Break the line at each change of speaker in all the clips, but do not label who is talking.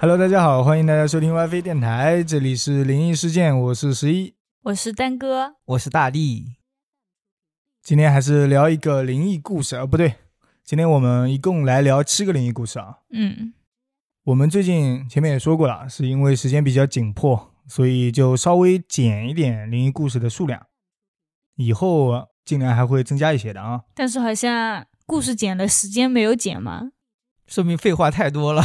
Hello，大家好，欢迎大家收听 WiFi 电台，这里是灵异事件，我是十一。
我是丹哥，
我是大力，
今天还是聊一个灵异故事啊，不对，今天我们一共来聊七个灵异故事啊。
嗯，
我们最近前面也说过了，是因为时间比较紧迫，所以就稍微减一点灵异故事的数量，以后啊尽量还会增加一些的啊。
但是好像故事剪了，时间没有剪嘛。
说明废话太多了。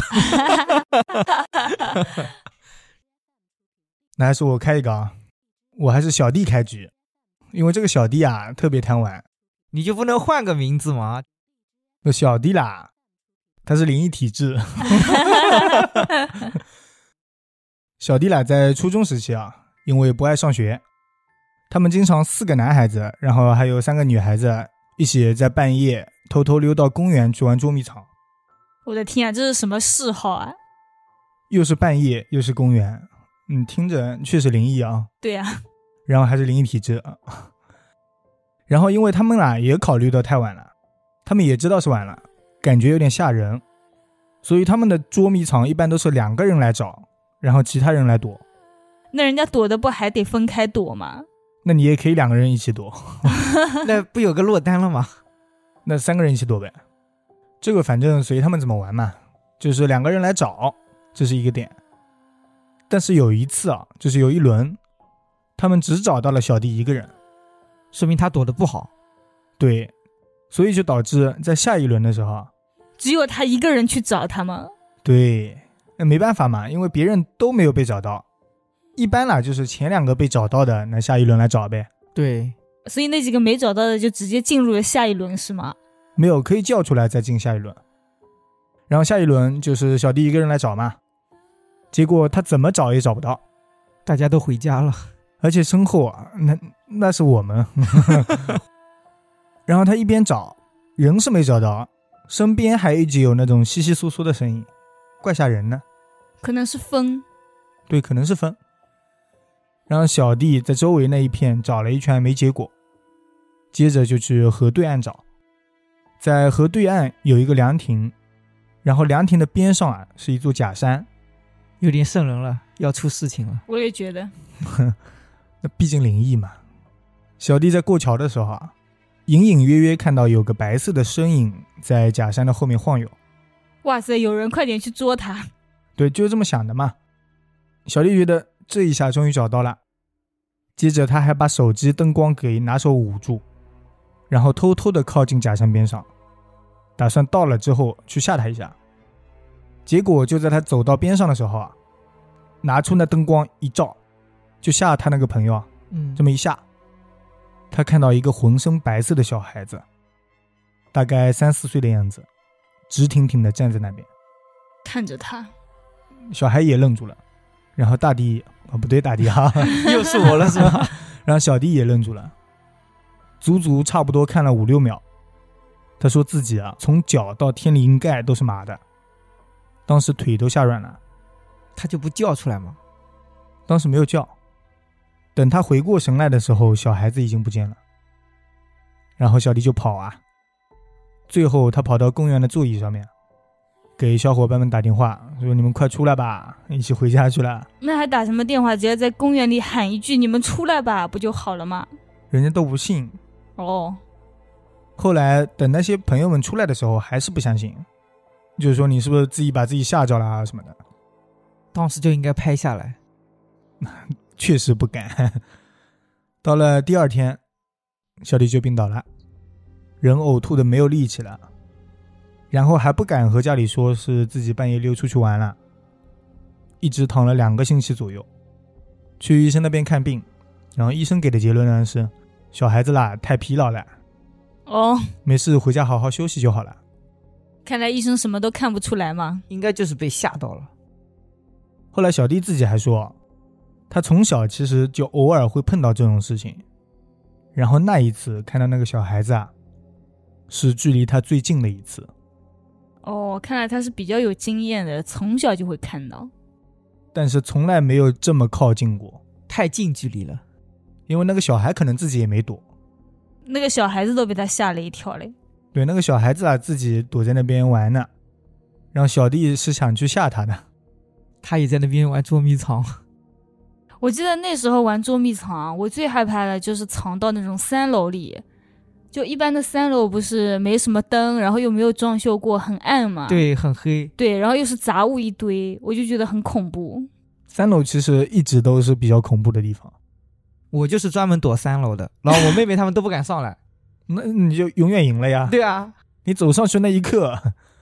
那还是我开一个啊，我还是小弟开局，因为这个小弟啊特别贪玩，
你就不能换个名字吗？
那小弟啦，他是灵异体 质。小弟啦，在初中时期啊，因为不爱上学，他们经常四个男孩子，然后还有三个女孩子一起在半夜偷偷溜到公园去玩捉迷藏，
我的天啊，这是什么嗜好啊？
又是半夜又是公园，嗯，听着确实灵异啊。
对呀、
然后还是灵异体质。然后因为他们啊也考虑到太晚了，他们也知道是晚了，感觉有点吓人，所以他们的捉迷藏一般都是两个人来找，然后其他人来躲。
那人家躲的不还得分开躲吗？
那你也可以两个人一起躲，
那不有个落单了吗？
那三个人一起躲呗。这个反正随他们怎么玩嘛，就是两个人来找，这是一个点。但是有一次啊，就是有一轮，他们只找到了小弟一个人，
说明他躲得不好。
对，所以就导致在下一轮的时候啊，
只有他一个人去找他们。
对，那没办法嘛，因为别人都没有被找到。一般啦，就是前两个被找到的，那下一轮来找呗。
对，
所以那几个没找到的就直接进入了下一轮，是吗？
没有可以叫出来再进下一轮。然后下一轮就是小弟一个人来找嘛，结果他怎么找也找不到，
大家都回家了。
而且身后啊，那那是我 们。然后他一边找，人是没找到，身边还一直有那种窸窸窣窣的声音，怪吓人的。
可能是风，
对，可能是风。然后小弟在周围那一片找了一圈没结果，接着就去河对岸找，在河对岸有一个凉亭，然后凉亭的边上啊是一座假山，
有点瘆人了，要出事情了。
我也觉得。
那毕竟灵异嘛。小弟在过桥的时候啊，隐隐约约看到有个白色的身影在假山的后面晃悠，
哇塞，有人快点去捉他！
对，就是这么想的嘛。小丽觉得这一下终于找到了，接着他还把手机灯光给拿手捂住，然后偷偷的靠近假山边上，打算到了之后去吓他一下。结果就在他走到边上的时候啊，拿出那灯光一照，就吓他那个朋友啊，
嗯，
这么一下，他看到一个浑身白色的小孩子，大概三四岁的样子，直挺挺的站在那边。
看着他，
小孩也愣住了，然后大弟啊不对，大弟哈，
又是我了是吧？
然后小弟也愣住了，足足差不多看了五六秒。他说自己啊，从脚到天灵盖都是麻的，当时腿都吓软了，
他就不叫出来吗？
当时没有叫。等他回过神来的时候，小孩子已经不见了。然后小弟就跑啊，最后他跑到公园的座椅上面，给小伙伴们打电话，说你们快出来吧，一起回家去了。
那还打什么电话？直接在公园里喊一句“你们出来吧”，不就好了吗？
人家都不信，
哦，
后来等那些朋友们出来的时候，还是不相信，就是说你是不是自己把自己吓着了啊什么的，
当时就应该拍下来。
确实不敢。 到了第二天，小弟就病倒了，人呕吐的没有力气了，然后还不敢和家里说是自己半夜溜出去玩了，一直躺了两个星期左右，去医生那边看病，然后医生给的结论呢是，小孩子啦太疲劳了，
哦，
没事回家好好休息就好了。
看来医生什么都看不出来嘛。
应该就是被吓到了。
后来小弟自己还说，他从小其实就偶尔会碰到这种事情，然后那一次看到那个小孩子啊，是距离他最近的一次。
哦，看来他是比较有经验的，从小就会看到。
但是从来没有这么靠近过，
太近距离了，
因为那个小孩可能自己也没躲。
那个小孩子都被他吓了一跳嘞。
对，那个小孩子啊，自己躲在那边玩呢，然后小弟是想去吓他的，
他也在那边玩捉迷藏。
我记得那时候玩捉迷藏，我最害怕的就是藏到那种三楼里。就一般的三楼不是没什么灯，然后又没有装修过，很暗嘛。
对，很黑。
对，然后又是杂物一堆，我就觉得很恐怖。
三楼其实一直都是比较恐怖的地方，
我就是专门躲三楼的，然后我妹妹他们都不敢上来。
那你就永远赢了呀。
对啊，
你走上去那一刻，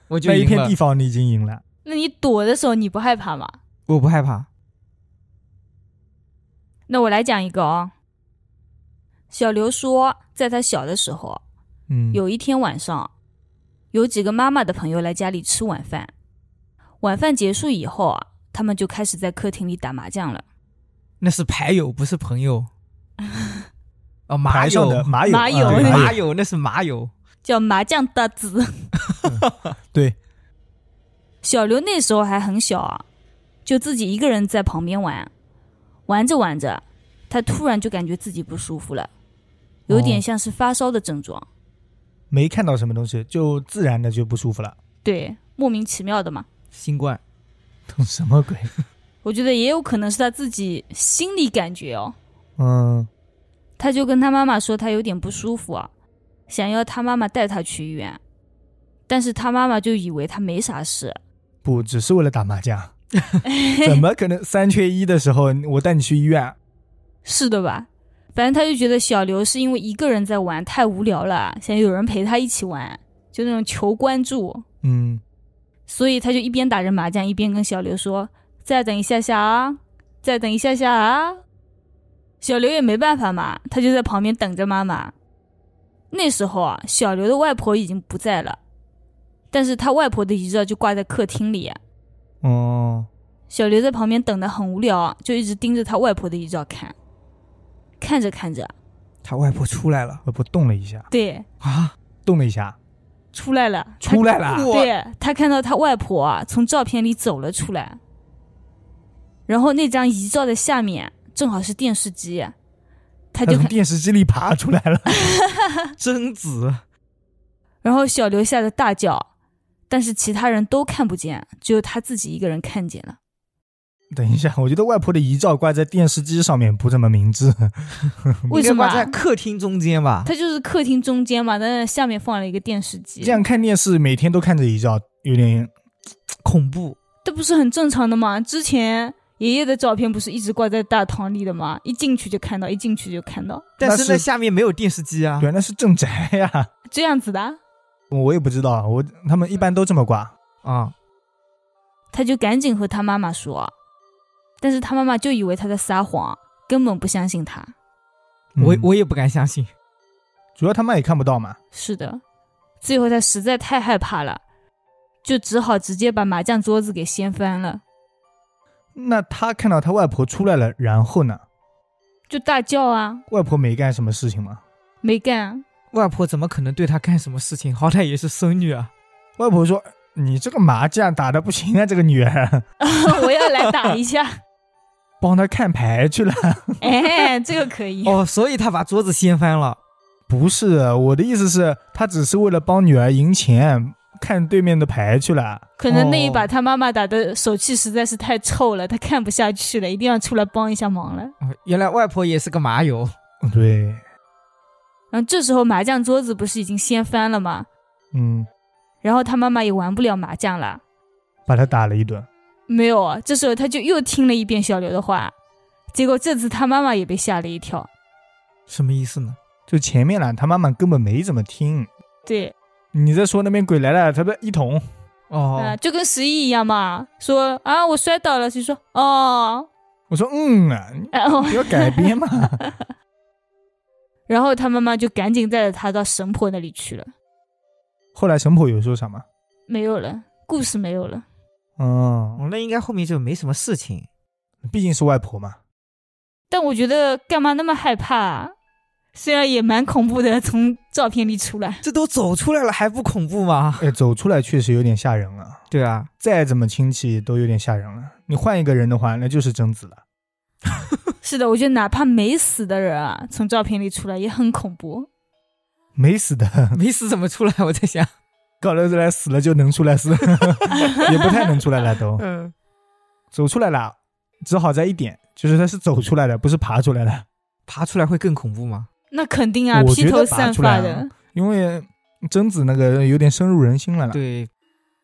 我就
那一
赢
片
了
地方你已经赢了。
那你躲的时候你不害怕吗？
我不害怕。
那我来讲一个哦。小刘说，在他小的时候，啊
嗯，
有一天晚上，有几个妈妈的朋友来家里吃晚饭。晚饭结束以后啊，他们就开始在客厅里打麻将了。
那是牌友，不是朋友。哦，麻
牌上
友，
的麻友，
麻友
啊
对
对
麻友，那是麻友。
叫麻将搭子。
对，
小刘那时候还很小啊，就自己一个人在旁边玩，玩着玩着，他突然就感觉自己不舒服了，有点
哦
像是发烧的症状，
没看到什么东西，就自然的就不舒服了。
对，莫名其妙的嘛。
新冠，
什么鬼？
我觉得也有可能是他自己心里感觉哦。
嗯，
他就跟他妈妈说他有点不舒服啊，想要他妈妈带他去医院，但是他妈妈就以为他没啥事，
不，只是为了打麻 将，怎么可能三缺一的时候我带你去医院？
是的吧？反正他就觉得小刘是因为一个人在玩太无聊了，想有人陪他一起玩，就那种求关注，
嗯，
所以他就一边打着麻将，一边跟小刘说：“再等一下下啊，再等一下下啊。”小刘也没办法嘛，他就在旁边等着妈妈。那时候啊，小刘的外婆已经不在了，但是他外婆的遗照就挂在客厅里。啊
哦，
小刘在旁边等的很无聊，啊就一直盯着他外婆的遗照看。看着看着，
他外婆出来了
我不动了一下，
对，
啊！
动了一下，
出来了，他
出来了。
我
对他看到他外婆啊从照片里走了出来，然后那张遗照的下面正好是电视机，
他
他就
从
看，
电视机里爬出来了，
贞子，
然后小刘吓得大叫，但是其他人都看不见，只有他自己一个人看见了。
等一下，我觉得外婆的遗照挂在电视机上面不怎么明 智。
为什么
应该挂
啊？
在客厅中间吧？
他就是客厅中间嘛，但是下面放了一个电视机
这，样看电视，每天都看着遗照，有点
恐怖，
这不是很正常的吗？之前爷爷的照片不是一直挂在大堂里的吗？一进去就看到，一进去就看到，
但
那
是
是
那下面没有电视机啊。
对，那是正宅呀。
这样子的啊。
我也不知道，我他们一般都这么挂。嗯
啊，
他就赶紧和他妈妈说，但是他妈妈就以为他在撒谎，根本不相信他。
嗯
我我也不敢相信。
主要他妈也看不到嘛。
是的，最后他实在太害怕了，就只好直接把麻将桌子给掀翻了，
那他看到他外婆出来了，然后呢？
就大叫啊，
外婆没干什么事情吗？
没干。
外婆怎么可能对他干什么事情？好歹也是孙女啊。
外婆说：“你这个麻将打的不行啊，这个女儿，
我要来打一下，
帮她看牌去了。
哎，这个可以。
哦，所以他把桌子掀翻了。”
不是，我的意思是，她只是为了帮女儿赢钱，看对面的牌去了。
可能那一把
哦
他妈妈打的手气实在是太臭了，他看不下去了，一定要出来帮一下忙了。
哦原来外婆也是个麻友。
对，
然后这时候麻将桌子不是已经掀翻了吗？
嗯，
然后他妈妈也玩不了麻将了。
把她打了一顿。
没有啊，这时候他就又听了一遍小刘的话，结果这次他妈妈也被吓了一跳。
什么意思呢？
就前面啦，她妈妈根本没怎么听。
对，
你在说那边鬼来了，她被一捅。
哦，
啊、就跟十一一样嘛，说啊我摔倒了，就说哦，
我说嗯啊，你
然后
不要改编嘛。
然后他妈妈就赶紧带着他到神婆那里去了。
后来神婆有说啥吗？
没有了，故事没有了。
嗯，
哦那应该后面就没什么事情。
毕竟是外婆嘛。
但我觉得干嘛那么害怕、啊？虽然也蛮恐怖的，从照片里出来，
这都走出来了还不恐怖吗？
哎，走出来确实有点吓人了。
对啊，
再怎么亲戚都有点吓人了。你换一个人的话，那就是贞子了。
是的，我觉得哪怕没死的人啊，从照片里出来也很恐怖。
没死的，
没死怎么出来？我在想，
搞得出来死了就能出来死，也不太能出来了都。
嗯，
走出来了，只好在一点，就是它是走出来的，不是爬出来的，
爬出来会更恐怖吗？
那肯定啊，
我
披
觉得
头
拔
散
出来
发
啊
的
因为贞子那个有点深入人心了啦。
对，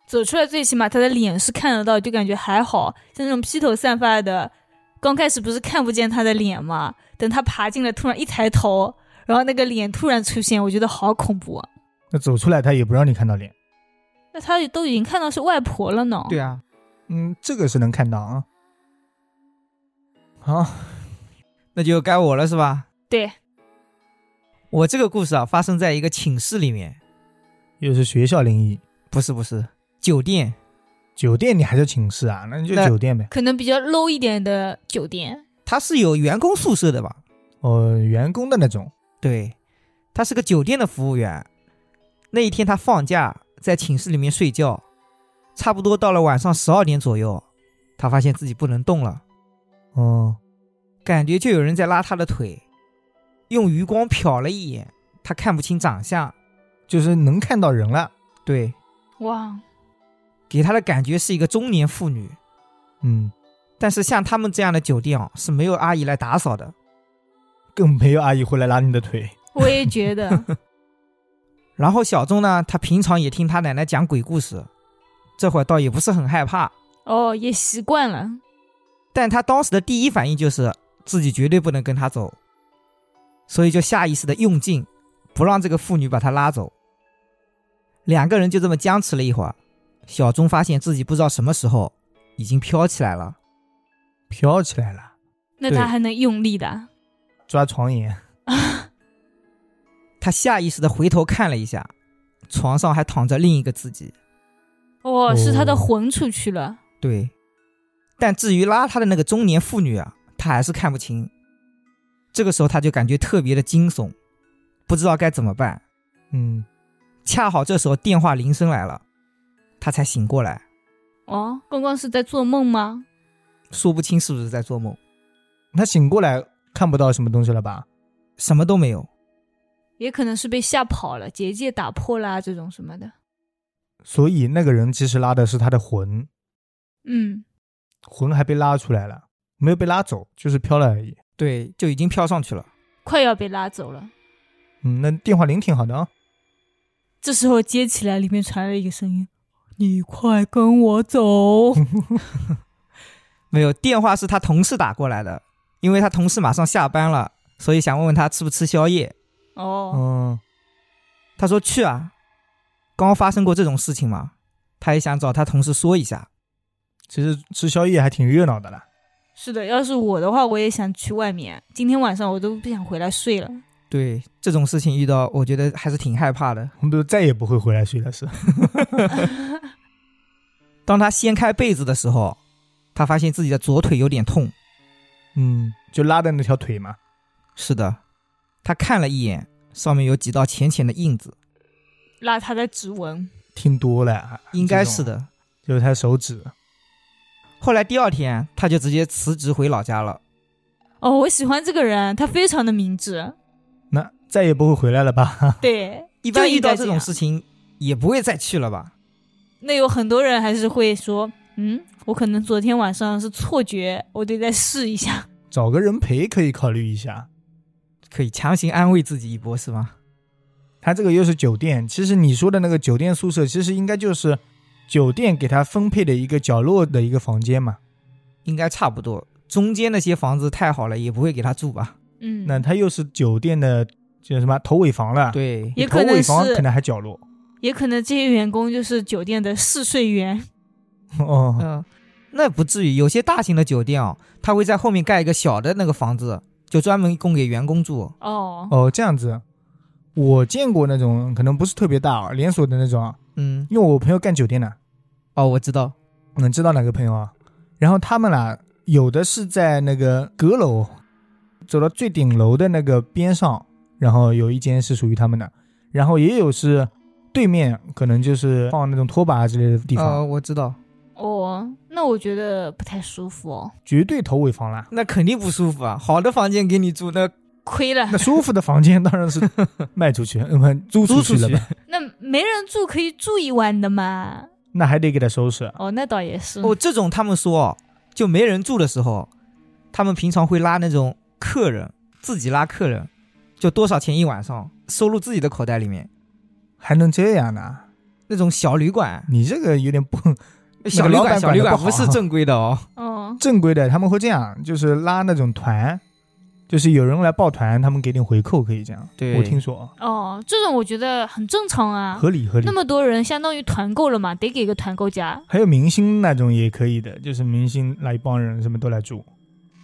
走出来，最起码他的脸是看得到，就感觉还好。像那种披头散发的，刚开始不是看不见他的脸嘛？等他爬进来，突然一抬头，然后那个脸突然出现，我觉得好恐怖、啊。
那走出来它也不让你看到脸，
那他都已经看到是外婆了呢。
对啊，
嗯，这个是能看到啊。好，
那就该我了是吧？
对
我这个故事啊，发生在一个寝室里面，
又是学校灵异，
不是不是酒店，
酒店你还是寝室啊？那你就
那
酒店呗。
可能比较 low 一点的酒店，
它是有员工宿舍的吧？
呃，员工的那种，
对，他是个酒店的服务员。那一天他放假，在寝室里面睡觉，差不多到了晚上十二点左右，他发现自己不能动了，
哦、
感觉就有人在拉他的腿，用余光瞟了一眼，他看不清长相，
就是能看到人了。
对，
哇，
给他的感觉是一个中年妇女。
嗯，
但是像他们这样的酒店啊，是没有阿姨来打扫的。
更没有阿姨会来拉你的腿。
我也觉 得
然后小钟呢，他平常也听他奶奶讲鬼故事，这会儿倒也不是很害怕，
哦，也习惯了。
但他当时的第一反应就是自己绝对不能跟他走，所以就下意识的用劲，不让这个妇女把他拉走。两个人就这么僵持了一会儿，小钟发现自己不知道什么时候已经飘起来了，
飘起来了，
那
对
他还能用力的，
抓床沿。
他下意识的回头看了一下，床上还躺着另一个自己。
哦，是他的
哦
魂出去了。
对，但至于拉他的那个中年妇女啊，他还是看不清。这个时候他就感觉特别的惊悚，不知道该怎么办。
嗯，
恰好这时候电话铃声来了，他才醒过来，
哦，刚刚是在做梦吗？
说不清是不是在做梦，
他醒过来看不到什么东西了吧？
什么都没有。
也可能是被吓跑了，结界打破啦、这种什么的。
所以那个人其实拉的是他的魂，
嗯，
魂还被拉出来了，没有被拉走，就是飘了而已。
对，就已经飘上去了。
快要被拉走了。
嗯，那电话铃挺好的啊。
这时候接起来，里面传来一个声音：“你快跟我走。
没有，电话是他同事打过来的，因为他同事马上下班了，所以想问问他吃不吃宵夜。”
哦，
嗯，
他说去啊，刚发生过这种事情嘛，他也想找他同事说一下。
其实吃宵夜还挺热闹的啦。
是的，要是我的话，我也想去外面。今天晚上我都不想回来睡 了。
对这种事情遇到，我觉得还是挺害怕的。
我们都再也不会回来睡了，是？
当他掀开被子的时候，他发现自己的左腿有点痛，
嗯，就拉的那条腿嘛。
是的，他看了一眼，上面有几道浅浅的印子，
拉他的指纹，
听多了啊，
应该是
这种，
的。
就是他手指。
后来第二天，他就直接辞职回老家了。
哦，我喜欢这个人，他非常的明智。
那再也不会回来了吧？
对，
一般
就应
遇到
该
这
样
种事情，也不会再去了吧？
那有很多人还是会说：“嗯，我可能昨天晚上是错觉，我得再试一下。
找个人陪可以考虑一下。
可以强行安慰自己一波是吗？
他这个又是酒店，其实你说的那个酒店宿舍，其实应该就是酒店给他分配的一个角落的一个房间嘛。
应该差不多。中间那些房子太好了，也不会给他住吧？”
嗯，
那他又是酒店的叫什么头尾房了？，
对，
也
头
可能
尾房
是
可能还角 落。
也可能这些员工就是酒店的试睡员。
哦，
嗯、那不至于。有些大型的酒店哦，他会在后面盖一个小的那个房子，就专门供给员工住。
哦，
哦，这样子，我见过那种可能不是特别大啊，连锁的那种啊，
嗯，
因为我朋友干酒店的，
哦，我知道，
能知道哪个朋友啊？然后他们啦，有的是在那个阁楼，走到最顶楼的那个边上，然后有一间是属于他们的，然后也有是对面，可能就是放那种拖把之类的地方，
呃，我知道，
哦，那我觉得不太舒服哦，
绝对头尾房啦。
那肯定不舒服啊。好的房间给你住，那
亏了
那，舒服的房间当然是卖 出去，嗯，租
租
出
出
去了
去
呗，
那没人住可以住一晚的嘛。
那还得给他收拾。啊
嗯
哦，那倒也是。
哦，这种他们说就没人住的时候，他们平常会拉那种客人，自己拉客人，就多少钱一晚上，收入自己的口袋里面。
还能这样呢？
那种小旅馆，
你这个有点不
小旅
老板
馆，小
管
旅
得
馆
不
不是
好，
正规的哦。
哦
正规的，他们会这样，就是拉那种团，就是有人来报团，他们给点回扣，可以这样。
对
我听说啊
哦，这种我觉得很正常啊。
合理合理
那。么多人，相当于团购了嘛，得给个团购价。
还有明星那种也可以的，就是明星来一帮人，什么都来住，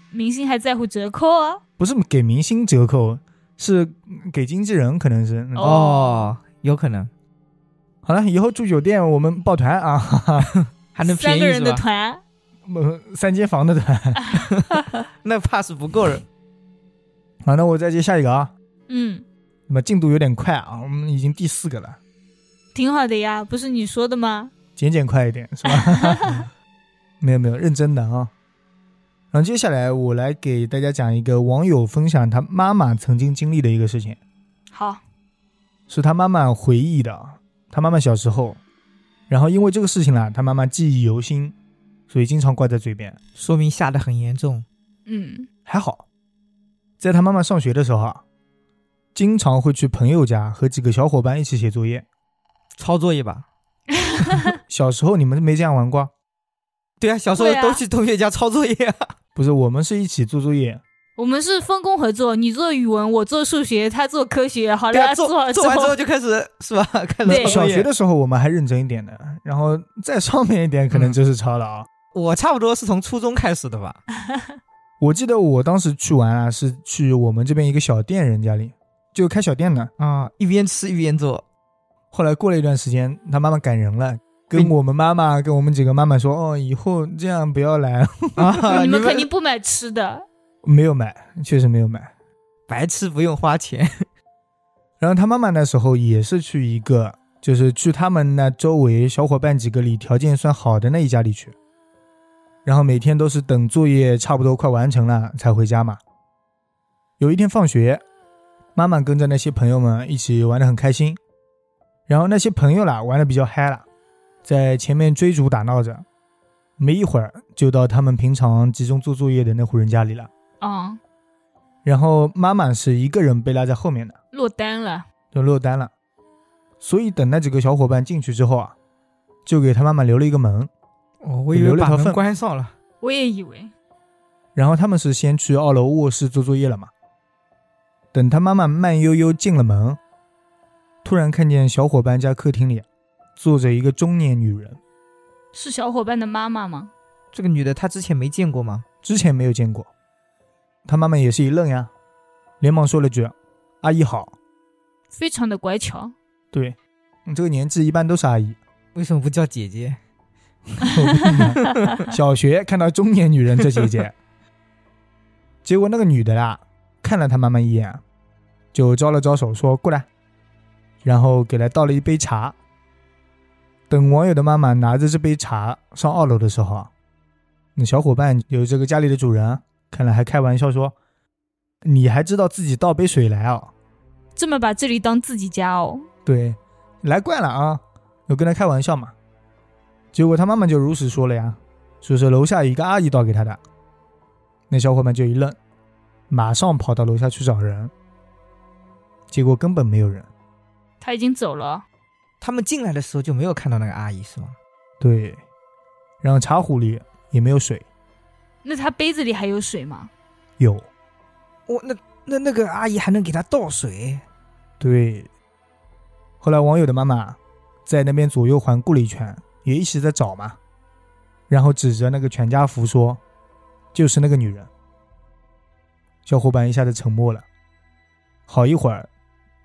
明星还在乎折扣啊。
不是给明星折扣，是给经纪人，可能是。嗯
哦
哦，有可能
好了，以后住酒店我们抱团啊， 哈哈，
还能便
三
宜
个人
是
的
吧？
团，
呃三间房的团。
那怕是不够人。
好，那我再接下一个啊。
嗯，
那么进度有点快啊，我们已经第四个了，
挺好的呀，不是你说的吗？
减减快一点是吧？ 没有没有，认真的啊。然后接下来我来给大家讲一个网友分享他妈妈曾经经历的一个事情，
好，
是他妈妈回忆的啊，他妈妈小时候，然后因为这个事情啦，他妈妈记忆犹新，所以经常挂在嘴边。
说明下的很严重。
嗯，
还好，在他妈妈上学的时候啊，经常会去朋友家和几个小伙伴一起写作业。
抄作业吧？
小时候你们没这样玩过啊？
对啊，小时候
对啊
都去同学家抄作业 啊。
不是，我们是一起做作业，
我们是分工合作，你做语文，我做数学，他做科学。好
对
了，
啊，
做
做做完之后就开始是 吧？开始
对
抄
小
作
学
业。
的时候我们还认真一点的，然后再上面一点可能就是抄了啊。
我差不多是从初中开始的吧。
我记得我当时去玩啊，是去我们这边一个小店人家里，就开小店呢。
啊，一边吃一边 做。
后来过了一段时间，他妈妈赶人了，跟
嗯
我们妈妈跟我们几个妈妈说，哦，以后这样不要来，
啊，
你
你
们
们
肯定不买吃的，
没有买，确实没有买。
白吃不用花钱。
然后他妈妈那时候也是去一个，就是去他们那周围小伙伴几个里条件算好的那一家里去，然后每天都是等作业差不多快完成了才回家嘛。有一天放学，妈妈跟着那些朋友们一起玩得很开心，然后那些朋友啦玩得比较嗨了，在前面追逐打闹着，没一会儿就到他们平常集中做作业的那户人家里了。
嗯，
然后妈妈是一个人被拉在后面的。
落单了。
就落单了。所以等那几个小伙伴进去之后啊，就给他妈妈留了一个门。
哦，我
以
以
为
为
把
把
门
门关上了。
我也以为，
然后他们是先去二楼卧室做作业了嘛。等他妈妈慢悠悠进了门，突然看见小伙伴家客厅里啊坐着一个中年女人，
是小伙伴的妈妈吗？
这个女的她之前没见过吗？
之前没有见过。他妈妈也是一愣呀，连忙说了句：“阿姨好。
非常的乖巧，”
对，你这个年纪一般都是阿姨。
为什么不叫姐姐？
小学看到中年女人这姐姐，结果那个女的啦，看了她妈妈一眼，就招了招手说过来，然后给她倒了一杯茶。等网友的妈妈拿着这杯茶上二楼的时候啊，那小伙伴有这个家里的主人啊，看了还开玩笑说：“你还知道自己倒杯水来啊？
这么把这里当自己家哦。
对，来惯了啊，有跟他开玩笑嘛。结果他妈妈就如实说了呀，说是楼下一个阿姨倒给他的。那小伙伴就一愣，马上跑到楼下去找人，结果根本没有人。
他已经走了，
他们进来的时候就没有看到那个阿姨是吗？
对，然后茶壶里也没有水，
那他杯子里还有水吗？
有
我哦那那那个阿姨还能给她倒水，
对。后来网友的妈妈在那边左右环顾了一圈，也一直在找嘛，然后指着那个全家福说：“就是那个女人。”小伙伴一下子沉默了，好一会儿，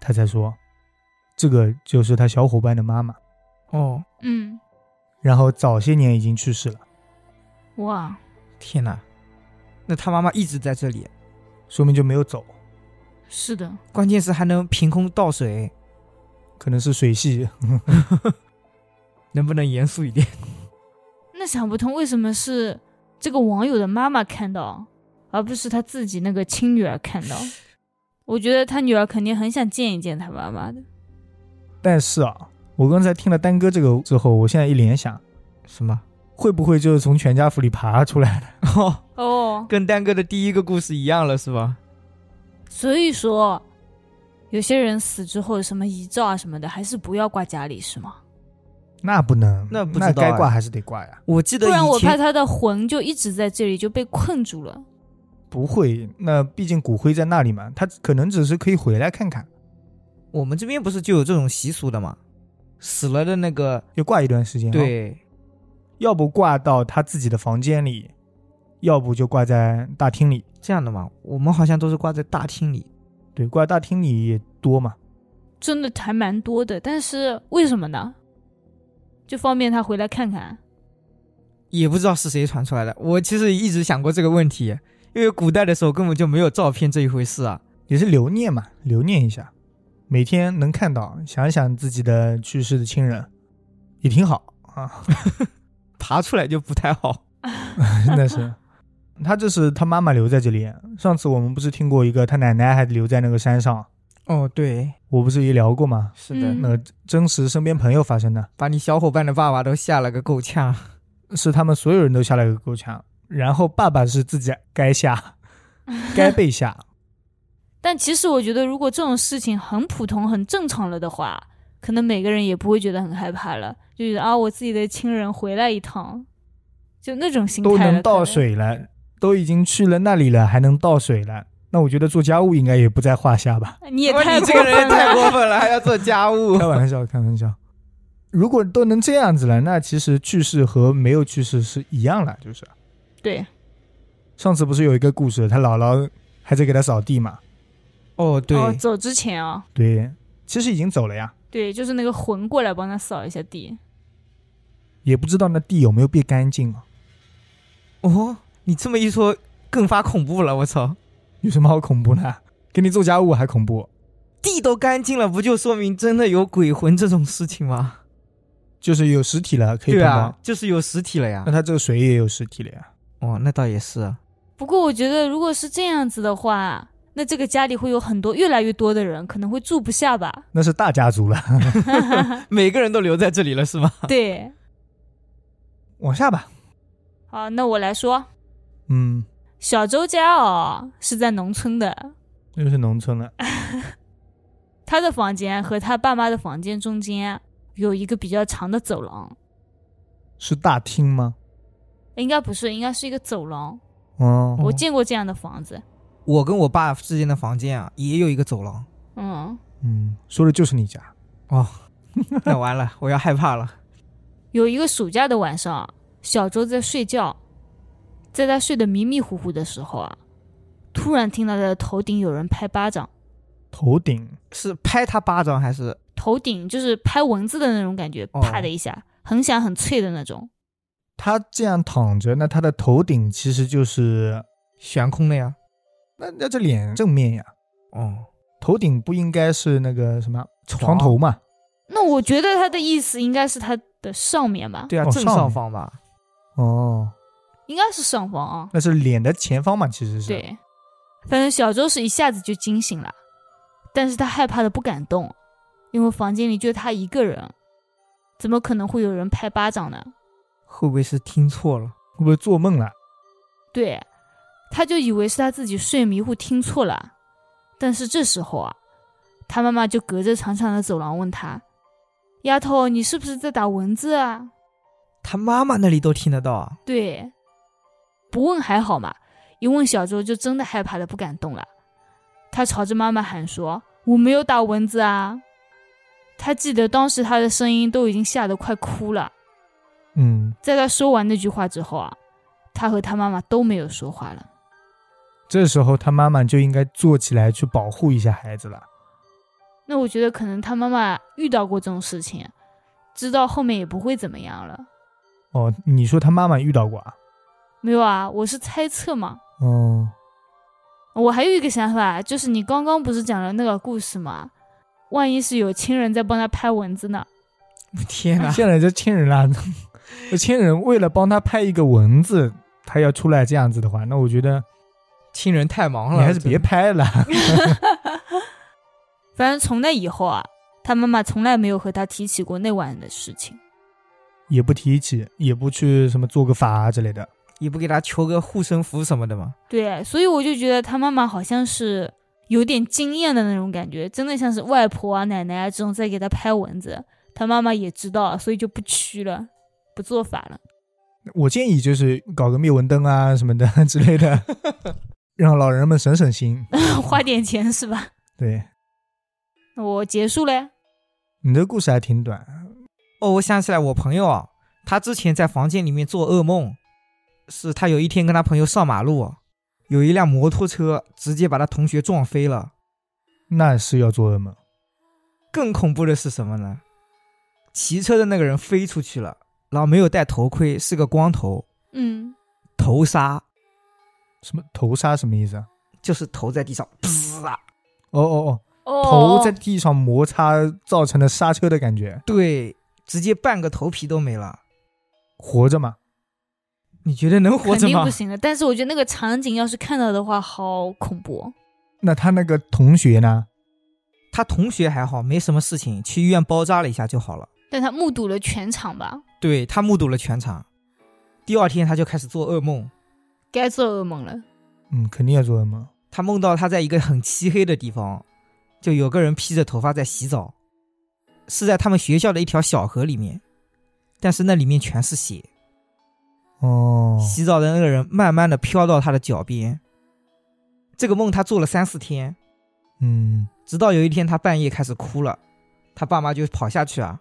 他才说：“这个就是他小伙伴的妈妈，
哦，
嗯，
然后早些年已经去世了。
哇，
天哪！那她妈妈一直在这里，”
说明就没有走，
是的，
关键是还能凭空倒水，
可能是水系。
能不能严肃一点？
那想不通为什么是这个网友的妈妈看到，而不是他自己那个亲女儿看 到。我觉得他女儿肯定很想见一见他妈妈的。
但是啊，我刚才听了丹哥这个之后，我现在一联想，
什么？
会不会就是从全家福里爬出来的？
哦，
哦，
跟丹哥的第一个故事一样了，是吧？
所以说，有些人死之后什么遗照啊什么的，还是不要挂家里，是吗？
那不能，
那
那
不知道哎
该挂还是得挂呀。
我记
不
得
然我
以
怕
前
他的魂就一直在这里就被困住了。
不会，那毕竟骨灰在那里嘛，他可能只是可以回来看看，
我们这边不是就有这种习俗的嘛？死了的那个，
要挂一段时间、，哦
对，
要不挂到他自己的房间里，要不就挂在大厅里。
这样的嘛，我们好像都是挂在大厅里。
对，挂大厅里也多嘛。
真的还蛮多的，但是为什么呢？就方便他回来看看。
也不知道是谁传出来的。我其实一直想过这个问题，因为古代的时候根本就没有照片这一回事啊。
也是留念嘛，留念一下，每天能看到，想一想自己的去世的亲人，也挺好啊。
爬出来就不太好。
那是，他这是他妈妈留在这里。上次我们不是听过一个，他奶奶还留在那个山上，
哦，对，
我不是也聊过吗？
是的，
嗯
那个真实身边朋友发生的，
把你小伙伴的爸爸都吓了个够呛。
是他们所有人都下了个够呛，然后爸爸是自己该 下，该被下。
但其实我觉得，如果这种事情很普通、很正常了的话，可能每个人也不会觉得很害怕了，就觉得啊，我自己的亲人回来一趟，就那种心态
都
嗯了
能
可
倒水了，都已经去了那里了，还能倒水了，那我觉得做家务应该也不在话下吧。
你也
哇
太
哦你
过
这个人也
分
太
了。
过分了，还要做家务
开。玩笑，开玩笑。如果都能这样子了，那其实去世和没有去世是一样了，就是。
对，
上次不是有一个故事，他姥姥还在给他扫地嘛？
哦， 对，
哦，走之前啊、
对，其实已经走了呀，
对，就是那个魂过来帮他扫一下地。
也不知道那地有没有变干净啊，
哦，你这么一说，更发恐怖了。我操，
有什么好恐怖呢？给你做家务还恐怖，
地都干净了，不就说明真的有鬼魂这种事情吗？
就是有实体了，可以
对
碰到。
啊，就是有实体了呀
那。他这个水也有实体了呀。。
哦，那倒也是。
不过我觉得，如果是这样子的话，那这个家里会有很多越来越多的人，可能会住不下 吧
那是大家族了，
每个人都留在这里了，是吗？
对，
往下吧。
好，那我来说，
嗯，
小周家哦是在农村的，
那就是农村了。
他的房间和他爸妈的房间中间有一个比较长的走廊，
是大厅吗？
应该不是，应该是一个走廊。
哦，
我见过这样的房子，
我跟我爸之间的房间啊，也有一个走廊。
嗯，
嗯，说的就是你家。
那完了，我要害怕了。
有一个暑假的晚上，小周在睡觉，在他睡得迷迷糊糊的时候啊，突然听到他的头顶有人拍巴掌，
头顶
是拍他巴掌还是？
头顶就是拍蚊子的那种感觉，
哦
啪的一下，很响很脆的那种。
他这样躺着，那他的头顶其实就是
悬空的呀？
那那这脸正面呀，
哦，
头顶不应该是那个什么床头嘛？
那我觉得他的意思应该是他的上面吧，
对啊，
哦
正
上
上
面
方吧。
哦，
应该是上方啊。
那是脸的前方嘛，其实是。，
对，反正小周是一下子就惊醒了，但是他害怕的不敢动，因为房间里就他一个人，怎么可能会有人拍巴掌呢？
会不会是听错了？
会不会做梦了？
对，他就以为是他自己睡迷糊听错了，但是这时候啊，他妈妈就隔着长长的走廊问他：“丫头，你是不是在打蚊子啊
他妈妈那里都听得到 啊？”。
对，不问还好嘛，一问小周就真的害怕的不敢动了。他朝着妈妈喊说：“我没有打蚊子啊！”他记得当时他的声音都已经吓得快哭了。
嗯，
在他说完那句话之后啊，他和他妈妈都没有说话了。
这时候他妈妈就应该坐起来去保护一下孩子了。
那我觉得可能他妈妈遇到过这种事情，知道后面也不会怎么样了。
哦，你说他妈妈遇到过啊？
没有啊，我是猜测嘛。
哦，
我还有一个想法，就是你刚刚不是讲了那个故事吗？万一是有亲人在帮他拍蚊子呢？
天哪！
现在这亲人啦，这 亲人为了帮他拍一个蚊子，他要出来这样子的话，那我觉得
亲人太忙
你
了，
还是别
真的
拍了。
反正从那以后啊，他妈妈从来没有和他提起过那晚的事情。
也不提起，也不去什么做个法啊之类的。
也不给他求个护身符什么的嘛。
对，所以我就觉得他妈妈好像是有点经验的那种感觉，真的像是外婆啊、奶奶啊这种在给他拍蚊子。他妈妈也知道，所以就不屈了，不做法了。
我建议就是搞个灭蚊灯啊什么的 之类的，让老人们省省 心。
花点钱是吧？
对，
那我结束嘞。
你的故事还挺短，
哦，我想起来，我朋友啊，他之前在房间里面做噩梦，是他有一天跟他朋友上马路，啊有一辆摩托车直接把他同学撞飞了。
那是要做噩梦。
更恐怖的是什么呢？骑车的那个人飞出去了，然后没有戴头盔，是个光头，
嗯，
头杀，
什么头杀什么意思啊？
就是头在地上，
嗯
噗啊！
哦哦
哦
哦，头在地上摩擦造成的刹车的感觉，
对，直接半个头皮都没了。
活着吗？
你觉得能活
肯
着
定
吗
不？行的。但是我觉得那个场景要是看到的话，好恐怖。
那他那个同学呢？
他同学还好，没什么事情，去医院包扎了一下就好了。
但他目睹了全场吧，
对他目睹了全场，第二天他就开始做噩梦，
该做噩梦了。
嗯，肯定要做噩梦。
他梦到他在一个很漆黑的地方，就有个人披着头发在洗澡，是在他们学校的一条小河里面，但是那里面全是血。
哦，
洗澡的那个人慢慢的飘到他的脚边。这个梦他做了三四天，
嗯，
直到有一天他半夜开始哭了，他爸妈就跑下去啊，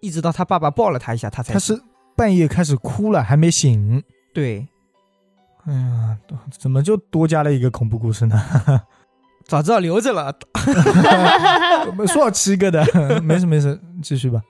一直到他爸爸抱了他一下，他才
他是半夜开始哭了，还没醒。
对。
哎呀，怎么就多加了一个恐怖故事呢？
早知道留着了，
我们说好七个的， 没事没事，继续吧。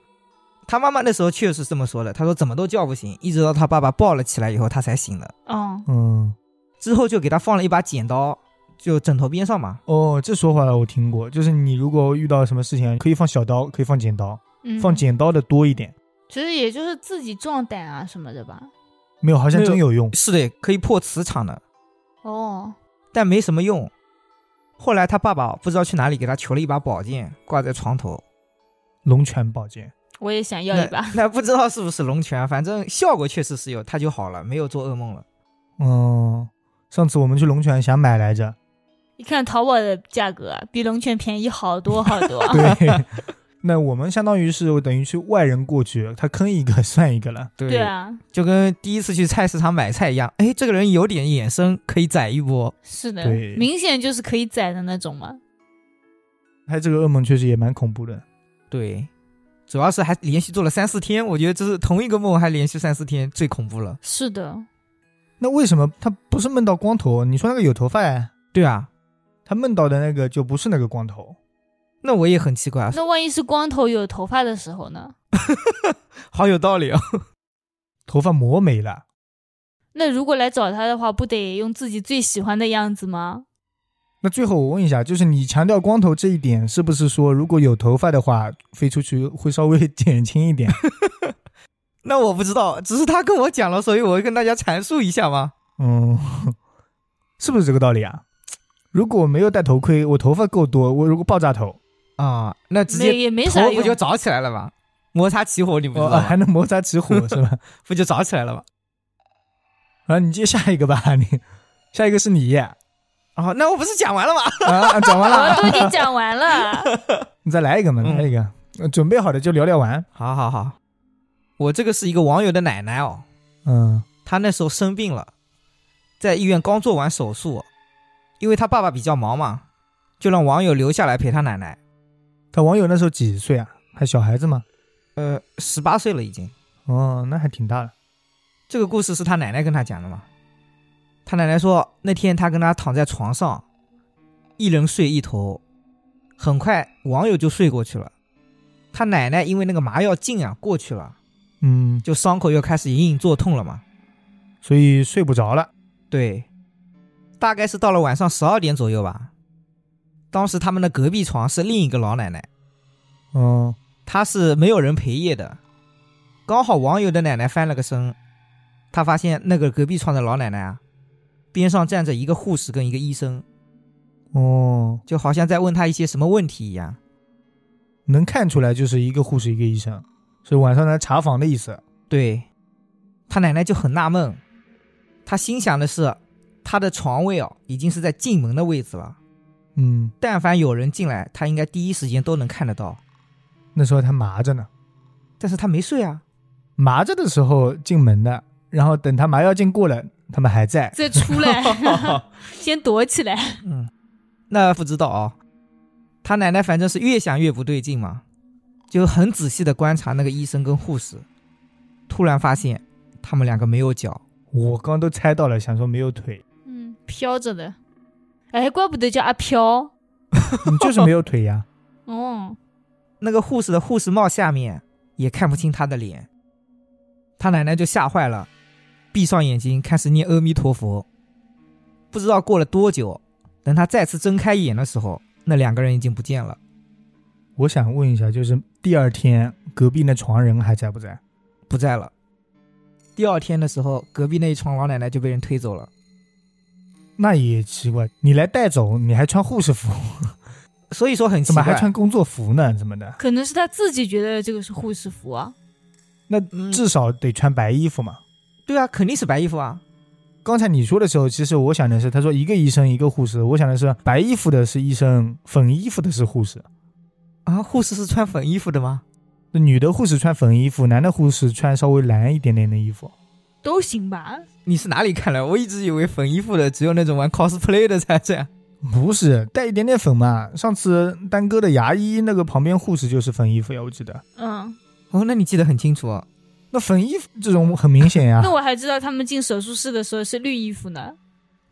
他妈妈那时候确实这么说的，他说怎么都叫不醒，一直到他爸爸抱了起来以后，他才醒的。
嗯，
嗯，
之后就给他放了一把剪刀，就枕头边上嘛。
哦，这说法我听过，就是你如果遇到什么事情，可以放小刀，可以放剪刀，
嗯
放，剪刀的多一点。
其实也就是自己壮胆啊什么的吧。
没有，好像真有用。
是的，可以破磁场的，
哦，
但没什么用。后来他爸爸不知道去哪里给他求了一把宝剑，挂在床头。
龙泉宝剑，
我也想要
那
一把。
那不知道是不是龙泉，反正效果确实是有，他就好了，没有做噩梦了。
哦，上次我们去龙泉想买来着，
一看淘宝的价格，啊比龙泉便宜好多好多。
对。那我们相当于是等于是外人过去，他坑一个 算一个了。
对
对啊，
就跟第一次去菜市场买菜一样，哎，这个人有点眼神，可以宰一波。
是的
对，
明显就是可以宰的那种嘛。
他这个噩梦确实也蛮恐怖的。
对，主要是还连续做了三四天，我觉得这是同一个梦还连续三四天，最恐怖了。
是的，
那为什么他不是梦到光头？你说那个有头发呀？
对啊，
他梦到的那个就不是那个光头，
那我也很奇怪，啊
那万一是光头有头发的时候呢？
好有道理哦。
头发磨没了。
那如果来找他的话，不得用自己最喜欢的样子吗？
那最后我问一下，就是你强调光头这一点，是不是说如果有头发的话，飞出去会稍微 减轻一点？
那我不知道，只是他跟我讲了，所以我会跟大家阐述一下嘛。
嗯， 是不是这个道理啊？如果没有戴头盔，我头发够多，我如果爆炸头，
啊，那直
没
接
也没啥
头不就
用。
着起来了吗？摩擦起火，你不知
我、
道啊吗、
哦还能摩擦起火是吧？
不就着起来了吗？
啊，你接下一个吧，你 下一个是你啊，
啊，那我不是讲完了吗？
啊讲完
我
了，
哦都已经讲完了，
你再来一个嘛，
嗯
来一个，呃准备好的就聊聊完。
好好好，我这个是一个网友的奶奶哦，
嗯
她那时候生病了，在医院刚做完手术，因为她爸爸比较忙嘛，就让网友留下来陪她奶奶。，
他网友那时候几岁啊？还小孩子吗？
呃，十八岁了已经。
哦，那还挺大的。
这个故事是她奶奶跟她讲的嘛？她奶奶说，那天她跟她躺在床上，一人睡一头，很快网友就睡过去了。她奶奶因为那个麻药劲啊过去了，
嗯，
就伤口又开始隐隐作痛了嘛。
所以睡不着了。
对，大概是到了晚上十二点左右吧。当时他们的隔壁床是另一个老奶奶，
哦，
她是没有人陪夜的。刚好网友的奶奶翻了个身，她发现那个隔壁床的老奶奶啊，边上站着一个护士跟一个医生，
哦，
就好像在问她一些什么问题一样。
能看出来就是一个护士一个医生，是晚上来查房的意思。
对，他奶奶就很纳闷，他心想的是，他的床位哦，已经是在进门的位置了，
嗯，
但凡有人进来，他应该第一时间都能看得到。
那时候他麻着呢，
但是他没睡啊，
麻着的时候进门的，然后等他麻药劲过了，他们还在。
再出来， 先躲起来。
嗯，那不知道啊、他奶奶反正是越想越不对劲嘛，就很仔细的观察那个医生跟护士，突然发现他们两个没有脚，
我刚都猜到了，想说没有腿，
嗯，飘着的。哎，怪不得叫阿飘。
你就是没有腿呀。
哦，
那个护士的护士帽下面也看不清他的脸。他奶奶就吓坏了，闭上眼睛开始念阿弥陀佛。不知道过了多久，等他再次睁开眼的时候，那两个人已经不见了，
我想问一下，就是第二天隔壁那床人还在不在？
不在了。第二天的时候，隔壁那一床老奶奶就被人推走了。
那也奇怪，你来带走，你还穿护士服，
所以说很奇
怎么
怪，
还穿工作服呢？怎么的？
可能是他自己觉得这个是护士服啊。
那
嗯
至少得穿白衣服嘛。
对啊，肯定是白衣服啊。
刚才你说的时候，其实我想的是，他说一个医生一个护士，我想的是白衣服的是医生，粉衣服的是护士。
啊，护士是穿粉衣服的吗？
那女的护士穿粉衣服，男的护士穿稍微蓝一点点的衣服。
都行吧，
你是哪里看来？我一直以为粉衣服的只有那种玩 cosplay 的才这样。
不是带一点点粉嘛？上次丹哥的牙医那个旁边护士就是粉衣服呀，我记得。
嗯，
哦，那你记得很清楚哦。
那粉衣服这种很明显呀
那，我还知道他们进手术室的时候是绿衣服呢，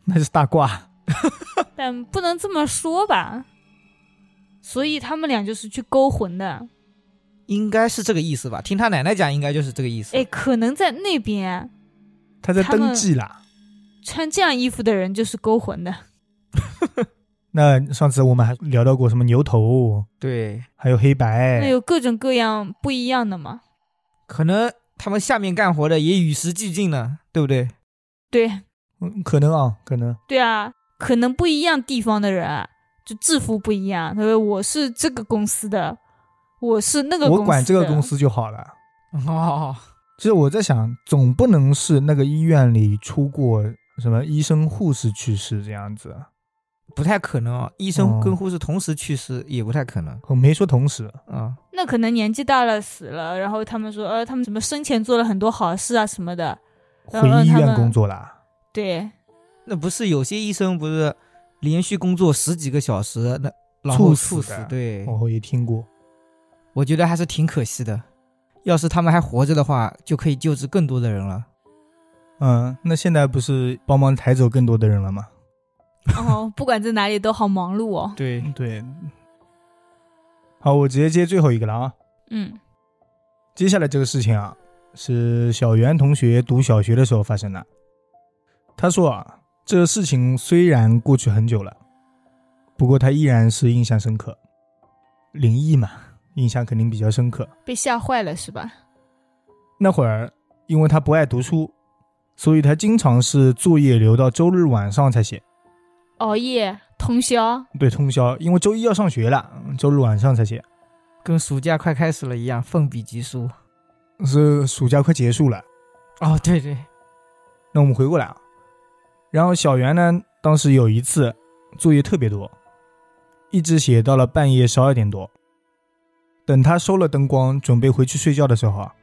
那是大褂。
但不能这么说吧。所以他们俩就是去勾魂的，
应该是这个意思吧？听他奶奶讲，应该就是这个意思。
哎，可能在那边
他在
他们
登记啦。
穿这样衣服的人就是勾魂的。
那上次我们还聊到过什么牛头，
对，
还有黑
那
白，
有各种各样不一样的嘛。
可能他们下面干活的也与时俱进呢，对不对？
对
嗯，可能啊，可能
对啊，可能不一样地方的人啊就制服不一样。他说我是这个公司的，我是那个公司
我管这个
的
公，司就好了。
哦，
其实我在想，总不能是那个医院里出过什么医生、护士去世这样子，
不太可能哦，医生
哦
跟护士同时去世也不太可能
我没说同时。
啊、
那可能年纪大了死了，然后他们说呃他们什么生前做了很多好事啊什么的，然
回
后
医
他
院
们
工作啦，
对
那不是有些医生不是连续工作十几个小时，那然
猝
后
死
猝死
的？
对，
我哦也听过。
我觉得还是挺可惜的。要是他们还活着的话，就可以救治更多的人了。
嗯，那现在不是帮忙抬走更多的人了吗？
哦，不管在哪里都好忙碌哦。
对
嗯对。好，我直接接最后一个了啊。
嗯，
接下来这个事情啊，是小袁同学读小学的时候发生的。他说啊，这个事情虽然过去很久了，不过他依然是印象深刻。灵异嘛，印象肯定比较深刻。
被吓坏了是吧？
那会儿，因为他不爱读书，所以他经常是作业留到周日晚上才写，
熬夜通宵，
对，通宵，因为周一要上学了，周日晚上才写。
跟暑假快开始了一样，奋笔疾书。
是暑假快结束了，
哦，对对，
那我们回过来啊，然后小袁呢，当时有一次作业特别多，一直写到了半夜十二点多。等他收了灯光，准备回去睡觉的时候啊，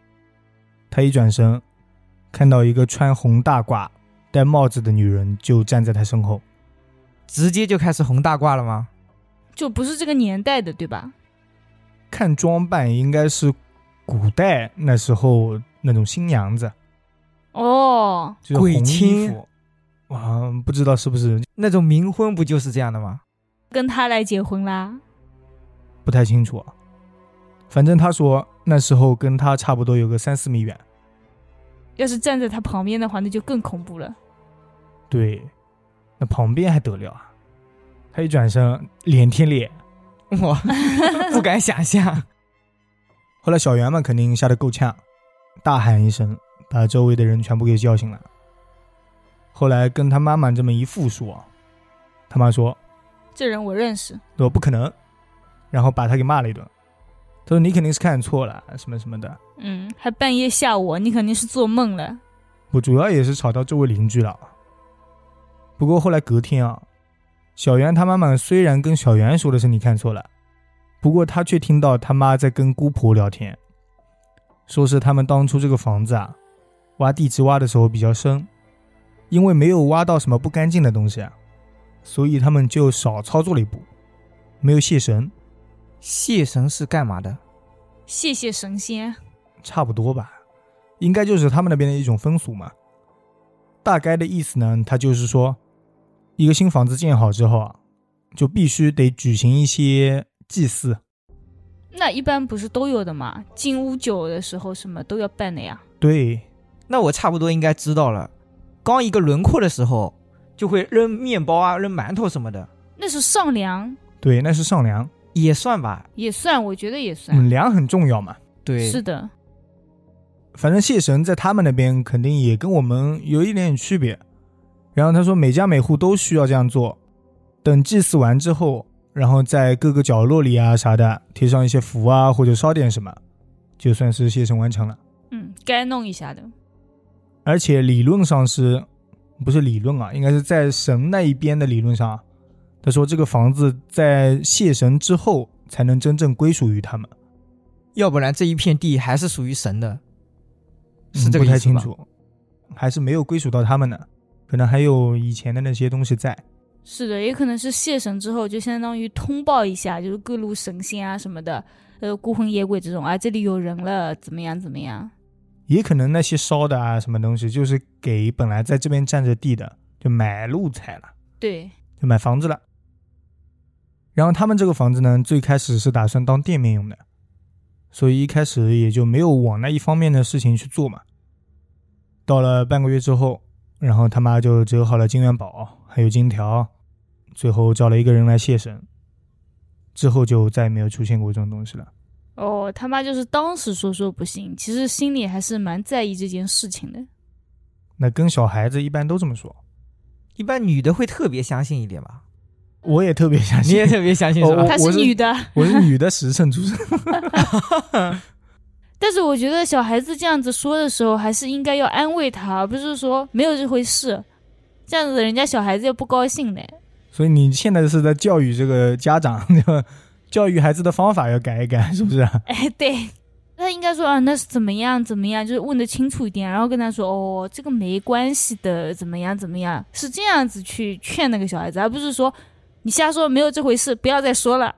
他一转身，看到一个穿红大褂、戴帽子的女人就站在他身后。
直接就开始红大褂了吗？
就不是这个年代的对吧？
看装扮应该是古代那时候那种新娘子，
哦，
就是红
鬼
衣
亲
服。哇，不知道是不是，
那种冥婚不就是这样的吗？
跟他来结婚啦。
不太清楚啊。反正他说那时候跟他差不多有个三四米远。
要是站在他旁边的话，那就更恐怖了。
对，那旁边还得了啊？他一转身，脸贴脸。
我不敢想象。
后来小袁们肯定吓得够呛，大喊一声，把周围的人全部给叫醒了。后来跟他妈妈这么一复述啊，他妈说
这人我认识，
我不可能，然后把他给骂了一顿。他说你肯定是看错了，什么什么的。
嗯，还半夜吓我，你肯定是做梦了。
我主要也是吵到这位邻居了。不过后来隔天啊，小袁他妈妈虽然跟小袁说的是你看错了，不过他却听到他妈在跟姑婆聊天，说是他们当初这个房子啊，挖地质挖的时候比较深，因为没有挖到什么不干净的东西啊，所以他们就少操作了一步，没有泄神，
谢神是干嘛的？
谢谢神仙，
差不多吧，应该就是他们那边的一种风俗嘛。大概的意思呢，它就是说，一个新房子建好之后啊，就必须得举行一些祭祀。
那一般不是都有的嘛？进屋酒的时候什么都要办的呀。
对，
那我差不多应该知道了。刚一个轮廓的时候，就会扔面包啊、扔馒头什么的，
那是上梁，
对，那是上梁，
也算吧。
也算，我觉得也算。
嗯，梁很重要嘛。
对，
是的，
反正谢神在他们那边肯定也跟我们有一点点区别。然后他说，每家每户都需要这样做。等祭祀完之后，然后在各个角落里啊啥的贴上一些符啊，或者烧点什么，就算是谢神完成了。
嗯，该弄一下的。
而且理论上是，不是理论啊，应该是在神那一边的理论上啊。他说这个房子在谢神之后才能真正归属于他们，
要不然这一片地还是属于神的，是
嗯
这个
不太
意思
清
吧？
楚，还是没有归属到他们呢，可能还有以前的那些东西在。
是的，也可能是谢神之后，就相当于通报一下，就是各路神仙啊什么的，呃，孤魂野鬼这种啊，这里有人了，怎么样怎么样？
也可能那些烧的啊什么东西，就是给本来在这边占着地的，就买路财了，
对，
就买房子了。然后他们这个房子呢，最开始是打算当店面用的，所以一开始也就没有往那一方面的事情去做嘛。到了半个月之后，然后他妈就折好了金元宝，还有金条，最后找了一个人来谢神，之后就再也没有出现过这种东西了。
哦，他妈就是当时说说不信，其实心里还是蛮在意这件事情的。
那跟小孩子一般都这么说，
一般女的会特别相信一点吧？
我也特别相
你
信。
也特别相啊信是吧？
哦
她
我
是
是
女的，
我是女的实诚出身，
但是我觉得小孩子这样子说的时候，还是应该要安慰他，而不是说没有这回事，这样子人家小孩子也不高兴的。
所以你现在是在教育这个家长， 教育孩子的方法要改一改，是不是？
哎，对，他应该说啊，那是怎么样怎么样，就是问的清楚一点，然后跟他说哦，这个没关系的，怎么样怎么样，是这样子去劝那个小孩子，而不是说你瞎说没有这回事，不要再说了，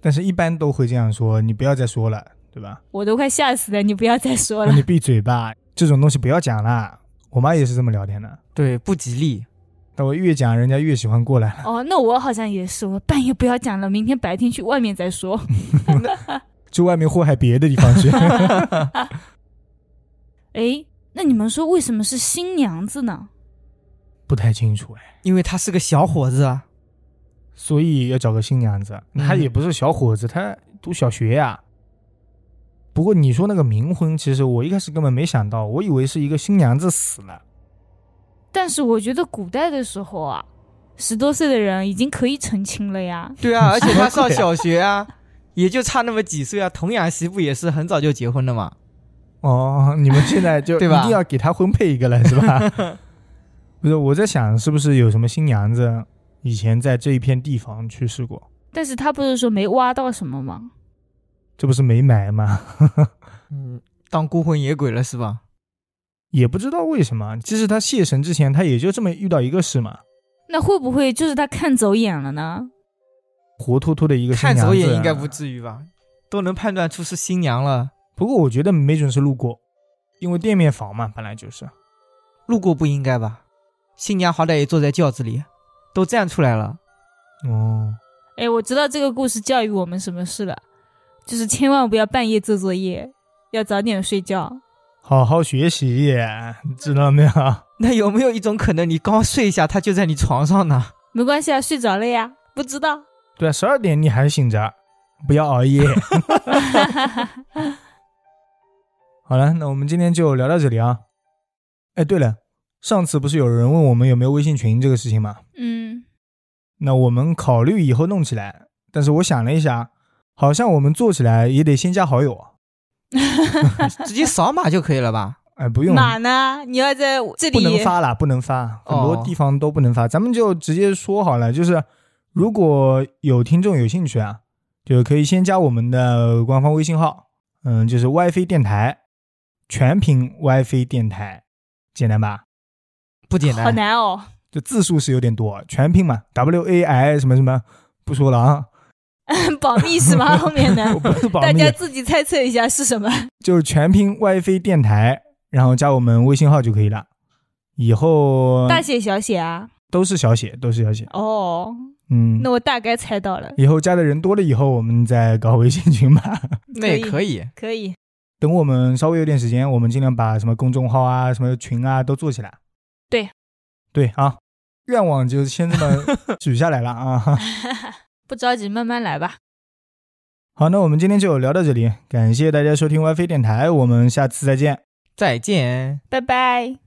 但是一般都会这样说，你不要再说了，对吧？
我都快吓死了，你不要再 说
那
了。
你闭嘴吧，这种东西不要讲啦。我妈也是这么聊天的，
对，不吉利。
但我越讲人家越喜欢过来。
哦，那我好像也是，我半夜不要讲了，明天白天去外面再说。
去外面祸害别的地方去。
哎，那你们说为什么是新娘子呢？
不太清楚哎，
因为他是个小伙子啊，
所以要找个新娘子。
嗯
他也不是小伙子，他读小学呀、不过你说那个冥婚，其实我一开始根本没想到，我以为是一个新娘子死了。
但是我觉得古代的时候啊，十多岁的人已经可以成亲了呀。
对 啊，而且他上
对
小学啊，也就差那么几岁啊。童养媳不也是很早就结婚了嘛？
哦，你们现 在就
对吧
一定要给他婚配一个了，是吧？ 不是，我在想是不是有什么新娘子以前在这一片地方去世过，
但是他不是说没挖到什么吗？
这不是没埋吗？
嗯，当孤魂野鬼了是吧？
也不知道为什么，其实他谢神之前，他也就这么遇到一个事嘛，
那会不会就是他看走眼了呢？
活脱脱的一个新
看
娘子。啊
走眼应该不，至于吧？都能判断出是新娘了，
不过我觉得没准是路过，因为店面房嘛，本来就是。
路过不应该吧？新娘好歹也坐在轿子里，都站出来了。
哦，
哎，我知道这个故事教育我们什么事了，就是千万不要半夜做作业，要早点睡觉。
好好学习，知道没有？
那有没有一种可能，你刚睡一下，他就在你床上呢？
没关系啊，睡着了呀，不知道。
对啊，十二点你还醒着，不要熬夜。好了，那我们今天就聊到这里啊。哎，对了，上次不是有人问我们有没有微信群这个事情吗？
嗯，
那我们考虑以后弄起来，但是我想了一下，好像我们做起来也得先加好友啊，
直接扫码就可以了吧？
哎，不用，
码呢？你要在这
不能
里
发啦，不能发，很多
哦
地方都不能发。咱们就直接说好了，就是如果有听众有兴趣啊，就可以先加我们的官方微信号，嗯，就是 WiFi 电台，全屏 WiFi 电台，简单吧？
不简
好
单，
难哦。
就字数是有点多，啊全拼嘛，W A I 什么什么，不说了啊，
保密是吗？后面呢
我？不 是保
大
密，
家自己猜测一下是什么。
就是全拼 WiFi 电台，然后加我们微信号就可以了。以后
大写小写啊？
都是小写，都是小写。
哦，
嗯
那，我大概猜到了，
以后加的人多了以后，我们再搞微信群吧。
那也可以。
可以。
等我们稍微有点时间，我们尽量把什么公众号啊、什么群啊都做起来。
对，
对啊，愿望就先这 么许下来了啊。
不着急，慢慢来吧。
好，那我们今天就聊到这里，感谢大家收听 WiFi 电台，我们下次再见。
再见。
拜拜。